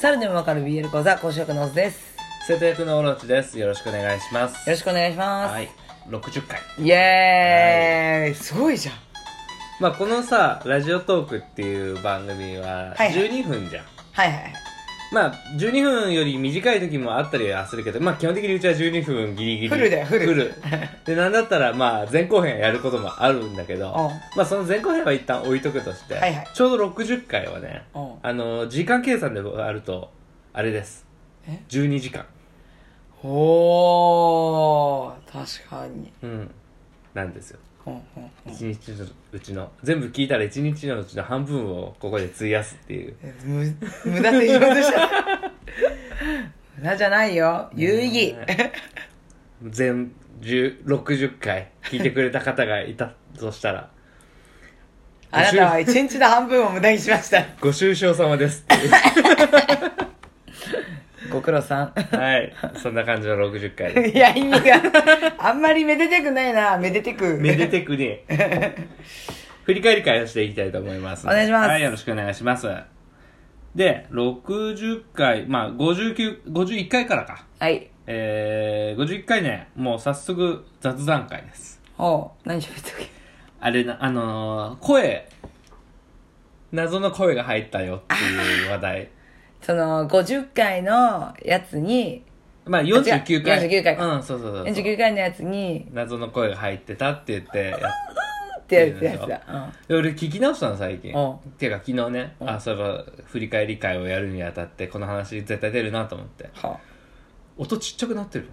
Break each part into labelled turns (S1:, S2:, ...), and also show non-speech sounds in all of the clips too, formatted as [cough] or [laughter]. S1: 猿でもわかる BL 講座、講師役のオズです。
S2: 生徒役のオロチです。よろしくお願いします。
S1: よろしくお願いします。
S2: はい、60回。
S1: イエーイ、すごいじゃん。
S2: まあこのさ、ラジオトークっていう番組
S1: はい
S2: は
S1: はい
S2: 12分じゃん。
S1: はいはいはい。
S2: まあ12分より短い時もあったりはするけど、まあ基本的にうちは12分ギリギリ。
S1: フルだよフル
S2: フル。で、なんだったらまあ前後編やることもあるんだけど、まあその前後編は一旦置いとくとして、
S1: はいはい
S2: ちょうど60回はね、
S1: うん
S2: あの、時間計算であると、あれです
S1: え。
S2: 12時間。
S1: うん。おー、確かに。
S2: うん。なんですよ。
S1: うんうんうん
S2: 一日のうちの全部聞いたら一日のうちの半分をここで費やすっていう
S1: えむ、無駄って言おうとした。無駄じゃないよ。有意義。
S2: 全10 60回聞いてくれた方がいたとしたら [laughs]
S1: あなたは一日の半分を無駄にしました。
S2: ご愁傷様ですっていう
S1: ご苦労さん。
S2: はいそんな感じの60回です
S1: いや、意味が、あんまりめでてくないな、めでてく。
S2: めでてくね [laughs] 振り返り会をしていきたいと思いますので
S1: お願いします
S2: はいよろしくお願いしますで60回まあ59 51回からか
S1: はい。
S2: えー、51回ねもう早速雑談会です
S1: おう、何喋ったっけ
S2: あれな、あのー、声、謎の声が入ったよっていう話題。
S1: その、50回のやつに、
S2: [laughs] まあ、49回。
S1: 49回
S2: うん、そうそうそうそう。
S1: 49回のやつに、
S2: 謎の声が入ってたって言って、や
S1: ってやつやつだ。
S2: で俺聞き直したの最近。
S1: う
S2: ていうか昨日ね、あ、そういえば振り返り会をやるにあたって、この話絶対出るなと思って。
S1: うん。は
S2: 音ちっちゃくなってる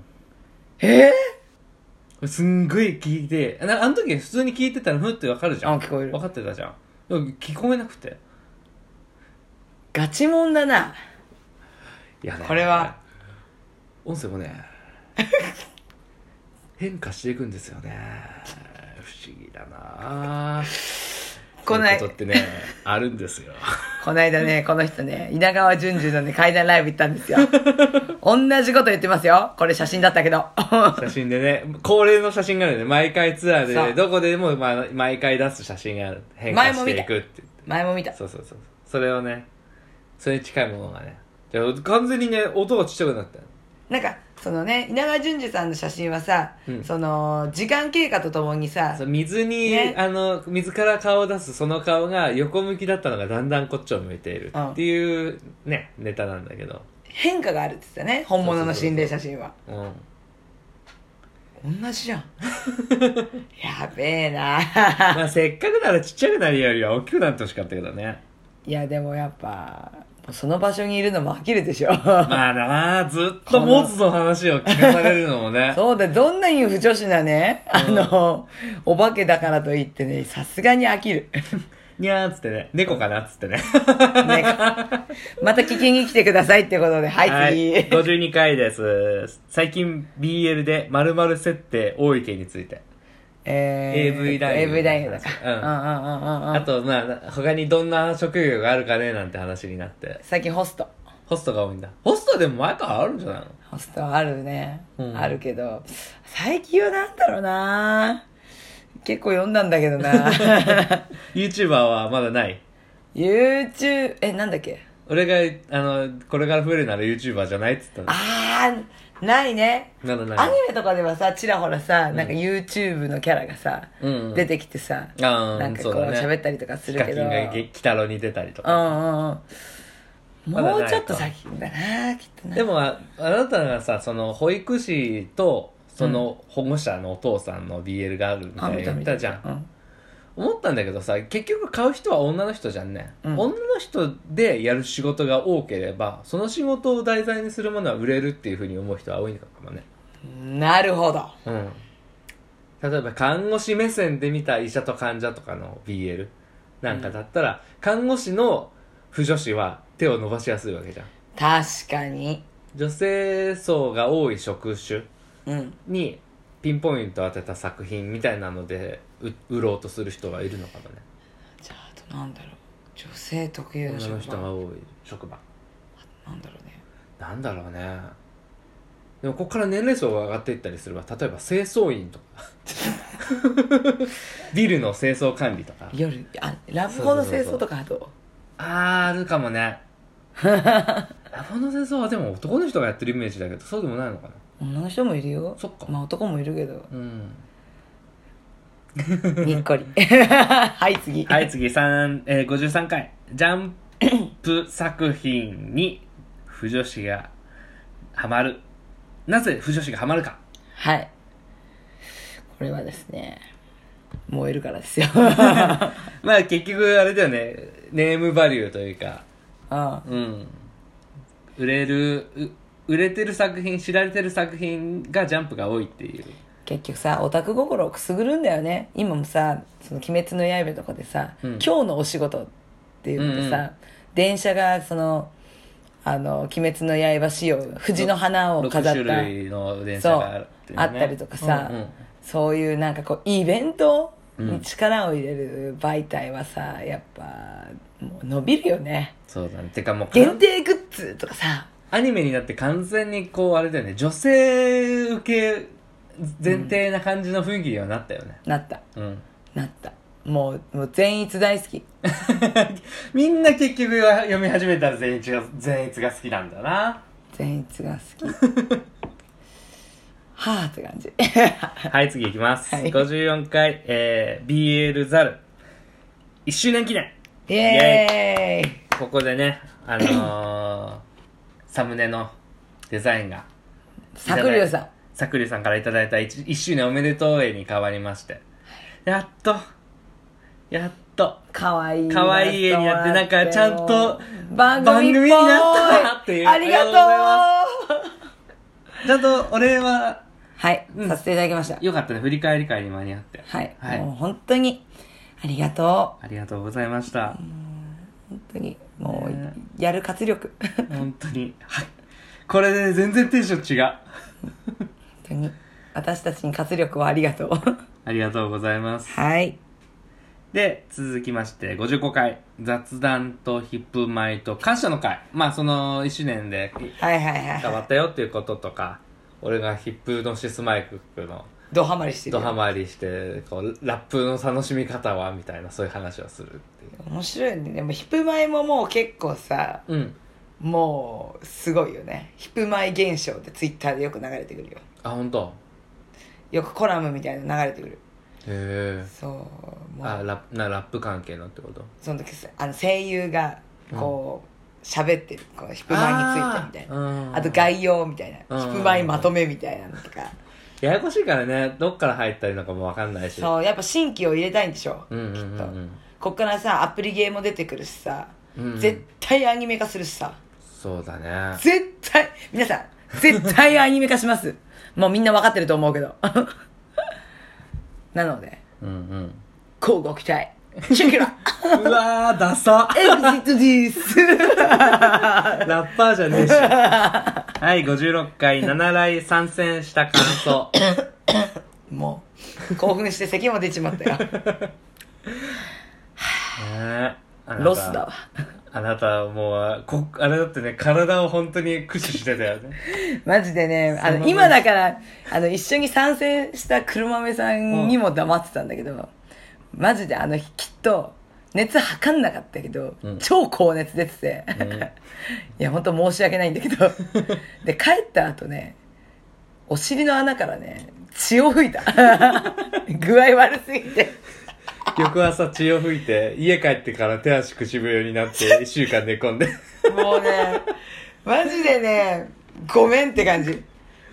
S1: え
S2: すんごい聞いて、なあの時普通に聞いてたらふってわかるじゃん。
S1: あ聞こえる
S2: わかってたじゃん。でも聞こえなくて。
S1: ガチもんだな。
S2: いやね
S1: これは
S2: 音声も [laughs] ね変化していくんですよね不思議だな
S1: こない
S2: そういうことってねあるんですよ
S1: こないだね、この人ね、稲川淳二のね、階段ライブ行ったん [laughs] ですよ。同じこと言ってますよ。これ写真だったけど。 [laughs]
S2: 写真でね恒例の写真があるね毎回ツアーで
S1: そ
S2: ね
S1: う
S2: どこでも、まあ、毎回出す写真がある変化していくって
S1: 前も見た。
S2: そうそうそうそれをねそれに近いものがねじゃあ完全にね音がちっちゃくなったよ
S1: なんか、そのね、稲川淳二さんの写真はさ、
S2: うん
S1: その、時間経過とともにさ
S2: そ、う水に、
S1: ね
S2: あの水から顔を出すその顔が横向きだったのがだんだんこっちを向いているっていうね、ネタなんだけど、
S1: 変化があるって言ってたね、本物の心霊写真は。
S2: うん、
S1: 同じじ [laughs] ゃん。やべえ [laughs] な。
S2: まあせっかくならちっちゃくなるよりは大きくなってほしかったけど
S1: [laughs]
S2: ね
S1: いや、でもやっぱ、その場所にいるのも飽きるでしょ。
S2: まあなあずっと持つの話を聞かされるのもね
S1: [laughs] そうだ、どんなに不女子なね、あの、お化けだからといってね、さすがに飽き [laughs] る。
S2: にゃーっつってね猫かなっつってね
S1: ね、また聞きに来てくださいってことで、はい、次。 [laughs]
S2: 52回です最近 BL で〇〇設定多い件について
S1: えー
S2: AV 男優
S1: AV 男優だか。うんうんうんうんう
S2: あ
S1: ん。
S2: とまあ他にどんな職業があるかねなんて話になって
S1: 最近ホスト。
S2: ホストが多いんだ。ホストでも前からあるんじゃないの
S1: ホストあるね。
S2: うん
S1: あるけど、最近はなんだろうな結構読んだんだけど [laughs] な
S2: ?YouTuber はまだない。
S1: YouTube、え、なんだっけ
S2: 俺が、あの、これから増えるなら YouTuber じゃないって言ったの。
S1: あー、ないね。
S2: なのな
S1: アニ
S2: い。
S1: メとかではさ、ちらほらさ、なんか YouTube のキャラがさ、
S2: うんうん
S1: 出てきてさ、
S2: あー
S1: なんかこう
S2: そうだね
S1: 喋ったりとかす
S2: ヒ
S1: る
S2: カ
S1: け
S2: キン
S1: ど。
S2: が鬼太郎に出たりと
S1: う
S2: か。
S1: んうんうん。
S2: まだ
S1: も
S2: ないうか
S1: ちょっと先だな、きっとな。
S2: でも、ああなたがさ、その、保育士と、その、保護者のお父さんの BL があるみたいな言ったじゃん。
S1: ん。
S2: 思ったんだけどさ、結局買う人は女の人じゃんね。
S1: うん
S2: 女の人でやる仕事が多ければ、その仕事を題材にするものは売れるっていうふうに思う人は多いのかもね。
S1: うんなるほど。
S2: うん、例えば看護師目線で見た医者と患者とかの BL なんかだったら、看護師の不女子は手を伸ばしやすいわけじゃん
S1: 確かに。
S2: 女性層が多い職種
S1: うん。
S2: にピンポイント当てた作品みたいなのでう売ろうとする人がいるのかもね
S1: じゃあ、あとなんだろう。女性特有の
S2: 女
S1: 職
S2: の人
S1: 場
S2: が多い職場
S1: なんだろうね。
S2: なんだろうねでもここから年齢層が上がっていったりすれば例えば清掃員とかビルの清掃管理とか
S1: 夜、あ、ラブホの清掃とかあと。 [laughs]
S2: あーあるかもねあラボの戦争はでも男の人がやってるイメージだけどそうでもないのかな
S1: 女の人もいるよ
S2: そっか
S1: まあ男もいるけ
S2: [laughs]
S1: ど
S2: うん
S1: にっこり [laughs] はい次
S2: はい次三えー、53回ジャンプ作品に腐女子がハマるなぜ腐女子がハマる
S1: [laughs]
S2: か
S1: はい。これはですね、燃えるから
S2: [laughs]
S1: ですよ。
S2: まあ結局あれだよねネームバリューというか
S1: うん。
S2: うん売れるう売れてる作品知られてる作品がジャンプが多いっていう
S1: 結局さ、オタク心をくすぐるんだよね。今もさ、その鬼滅の刃とかでさ、
S2: うん
S1: 今日のお仕事っていうのでさ、
S2: うんう
S1: 電車がその、あの、鬼滅の刃仕様、藤の花を
S2: 6
S1: 飾っ
S2: 種
S1: た、
S2: 類の電車
S1: そう
S2: があるていうね
S1: あったりとかさ、
S2: うんうん
S1: そういうなんかこう、イベント
S2: うん
S1: に力を入れる媒体はさ、やっぱ、もう伸びるよね。
S2: そうだねてかもう
S1: 限定グッズとかさ、
S2: アニメになって完全にこうあれだよね女性受け前提な感じの雰囲気にはなったよね
S1: なった。
S2: うん、 [laughs]
S1: なったもうもう善逸大好き
S2: みんな結局は読み始めたら善逸が善逸が好きなんだな
S1: 善逸が
S2: [laughs]
S1: 好きはあって感じは
S2: はい次いきます、
S1: はい
S2: 54回、えー、BL ザル1周年記念
S1: いイエーイ
S2: ここでねあのー、サムネのデザインが
S1: 作龍さん
S2: さくりゅうさんからいただいた 1, 周年おめでとう絵に変わりましてやっとやっと
S1: かわいい
S2: 可愛い絵になってなんかちゃんと
S1: 番組
S2: 番組になったっていう
S1: ありがとう
S2: あちゃんとお礼は
S1: はい、
S2: うん
S1: させていただきました
S2: よかったね振り返り会に間に合って
S1: はい、
S2: はい
S1: もう本当にありがと
S2: ありがとうございました
S1: う本当にもう、
S2: ね
S1: やる活力本
S2: 本当にはいこれで、全然テンション違う
S1: 当に私たちに活力をありが
S2: [laughs]
S1: とう
S2: ありがとうございます
S1: はい
S2: で続きまして55回雑談とヒップマイと感謝の会まあその1周年で
S1: はいはいはい
S2: 変わったよっていうこととか俺がヒップのシスマイクの
S1: ドハマりしてる
S2: ド
S1: よ
S2: ハマりしてこうラップの楽しみ方はみたいなそういう話をするってい
S1: 面白いねでもヒップマイももう結構さ
S2: ううん
S1: もうすごいよねヒップマイ現象ってツイッターでよく流れてくるよ
S2: あ本当。
S1: よくコラムみたいなの流れてくる
S2: へえ
S1: そうも
S2: あ
S1: う
S2: ラップなラップ関係のってこと
S1: その時さあの声優がこう喋、ってるこうヒップマイについてみたいな
S2: な
S1: あと概要みたいなヒ
S2: うん
S1: ップマイまとめみたいなのとか
S2: ややこしいからねどっから入ったりのかもわかんないし
S1: そうやっぱ新規を入れたいんでしょ
S2: うんうんうん
S1: こっからさアプリゲーも出てくるしさ
S2: うんうん
S1: 絶対アニメ化するしさ、
S2: そうだね
S1: 絶対、皆さん、絶対アニメ化します。もうみんな分かってると思うけど。 [laughs] なので、
S2: うんうん
S1: 乞うご期待。チェキ [laughs] ラ
S2: うわー、ダサ
S1: エグジットです
S2: [laughs] ラッパーじゃね [laughs] えし。はい、56回、7来参戦した感 [laughs] 想。
S1: もう、興奮して咳も出ちまったよ。
S2: ねえあなた
S1: ロスだわ。
S2: あなたはもう、こ、あれだってね、体を本当に駆使してたよね。
S1: マジでね、あ
S2: そ
S1: の、
S2: の
S1: 今だから、あの、一緒に参戦した車目さんにも黙ってたんだけど、マジであの日きっと、熱測んなかったけど、
S2: うん
S1: 超高熱出てて、 [laughs] いや、本当申し訳ないんだけ [laughs] ど、で、帰った後ね、お尻の穴からね、血を [laughs] 吹いた。具合悪すぎて。
S2: 翌朝血を吹いて、家帰ってから手足口笛にな [laughs] って、1週間寝込んで。
S1: もうね、マジでね、ごめんって感じ。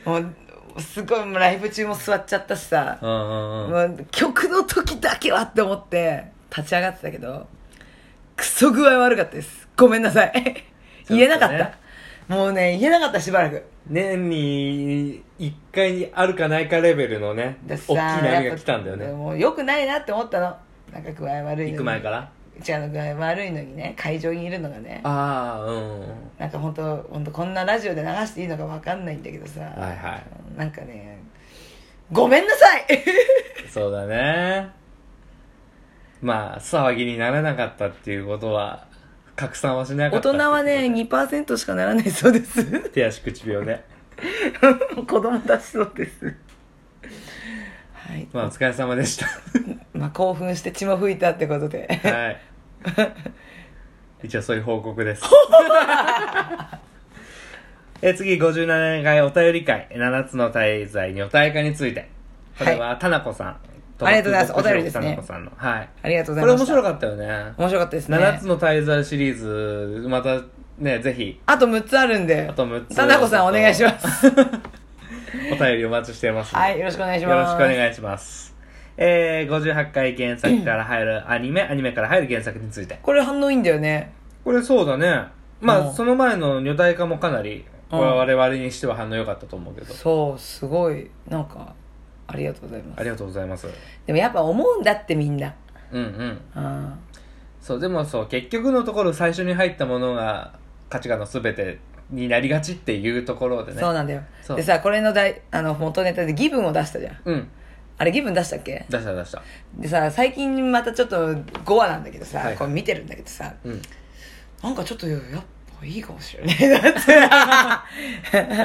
S1: もう、すごい、もうライブ中も座っちゃったしさ、
S2: うんうんうん。
S1: もう曲の時だけはって思って立ち上がってたけどクソ具合悪かったですごめんなさい
S2: [laughs]
S1: 言えなかった、
S2: ちょっとね
S1: もうね言えなかったしばらく
S2: 年に1回にあるかないかレベルのね、
S1: で
S2: 大
S1: さ
S2: きな波
S1: や
S2: が
S1: っぱ
S2: 来たんだよね。
S1: もう良くないなって思ったのなんか具合悪いのに
S2: 行く前から。
S1: うちあの具合悪いのにね会場にいるのがね
S2: ああ、うんうん。
S1: なんか本当本当こんなラジオで流していいのか分かんないんだけどさ、
S2: はいはい。
S1: なんかねごめんなさい
S2: そうだね。まあ、騒ぎにならなかったっていうことは、拡散はしなか
S1: 大
S2: った。
S1: 人は
S2: [laughs]
S1: ね。2%しかならないそうです
S2: 手足口病で。 [laughs]
S1: 子供だしそうですはい
S2: まあ、お疲れ様でした。
S1: まあ、興奮して血も吹いたってことで [laughs]
S2: はい。一応そういう報告です。えー次、57回お便り会、7つの滞在にお体化について。これは、田中さん。
S1: ありがとうございますお便りですね
S2: 田中さんの。はい。
S1: ありがとうござい
S2: これ
S1: ま
S2: 面
S1: した
S2: 白かったよね。
S1: 面白かったですね
S2: 7つの滞在シリーズ、またね、ぜひ、
S1: あと6つあるんで
S2: あと6つ
S1: 田中さんお願いします
S2: お便りお待ちしてます。
S1: はいよろしくお願いします
S2: よろしくお願いします。えー、58回原作から入るアニメ、アニメから入る原作について。
S1: これ反応いいんだよね
S2: これそうだね。ま
S1: う
S2: あ、
S1: ん
S2: その前の女体化もかなり、
S1: うん
S2: 我々にしては反応良かったと思うけど。
S1: そうすごいなんかありがとうございま
S2: あ
S1: す
S2: りがとうございます。
S1: でもやっぱ思うんだってみんな
S2: うんうん。
S1: うん
S2: そう、でもそう、結局のところ最初に入ったものが価値がの全てになりがちっていうところでね。
S1: そうなんだよ
S2: そう
S1: でさこれのだいあの元ネタでギブンを出したじゃん
S2: うん。
S1: あれギブン出したっけ
S2: 出した出した。
S1: でさ最近またちょっと5話なんだけどさ、
S2: はい
S1: これ見てるんだけどさ
S2: うん。
S1: なんかちょっとやっぱいいかもしれないなって
S2: [laughs] あ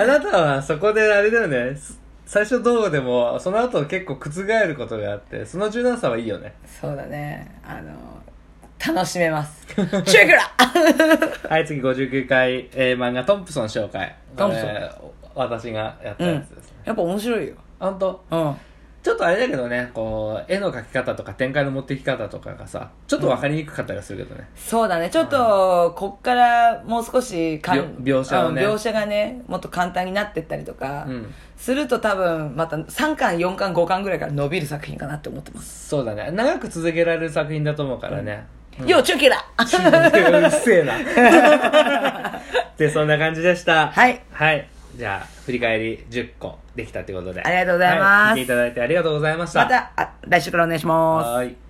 S2: なたはそこであれだよね。す最初どうでも、その後結構覆ることがあって、その柔軟さはいいよね。
S1: [laughs] そうだねあの楽しめます [laughs] チェックラ
S2: はい、次59回、えー漫画トンプソン紹介。
S1: トンプソン
S2: これ私がやったやつですね。
S1: やっぱ面白いよ
S2: ほんと、
S1: うん
S2: ちょっとあれだけどね、こう、絵の描き方とか展開の持ってき方とかがさ、ちょっとわかりにくかったりはするけどね。
S1: そうだねちょっとこっからもう少しかん
S2: 描描写をね
S1: うん描写がねもっと簡単になってったりとか、
S2: うん
S1: すると多分また3巻4巻5巻ぐらいから伸びる作品かなって思ってます、
S2: そうだね。長く続けられる作品だと思うから [laughs] ね。
S1: ようチェックラ
S2: うっせえな。 [laughs] で、そんな感じでした。
S1: はい。
S2: はい。じゃあ、振り返り10個できたってことで。
S1: ありがとうございます
S2: は聞いていただいてありがとうございました。
S1: またあ来週からお願いします
S2: はい。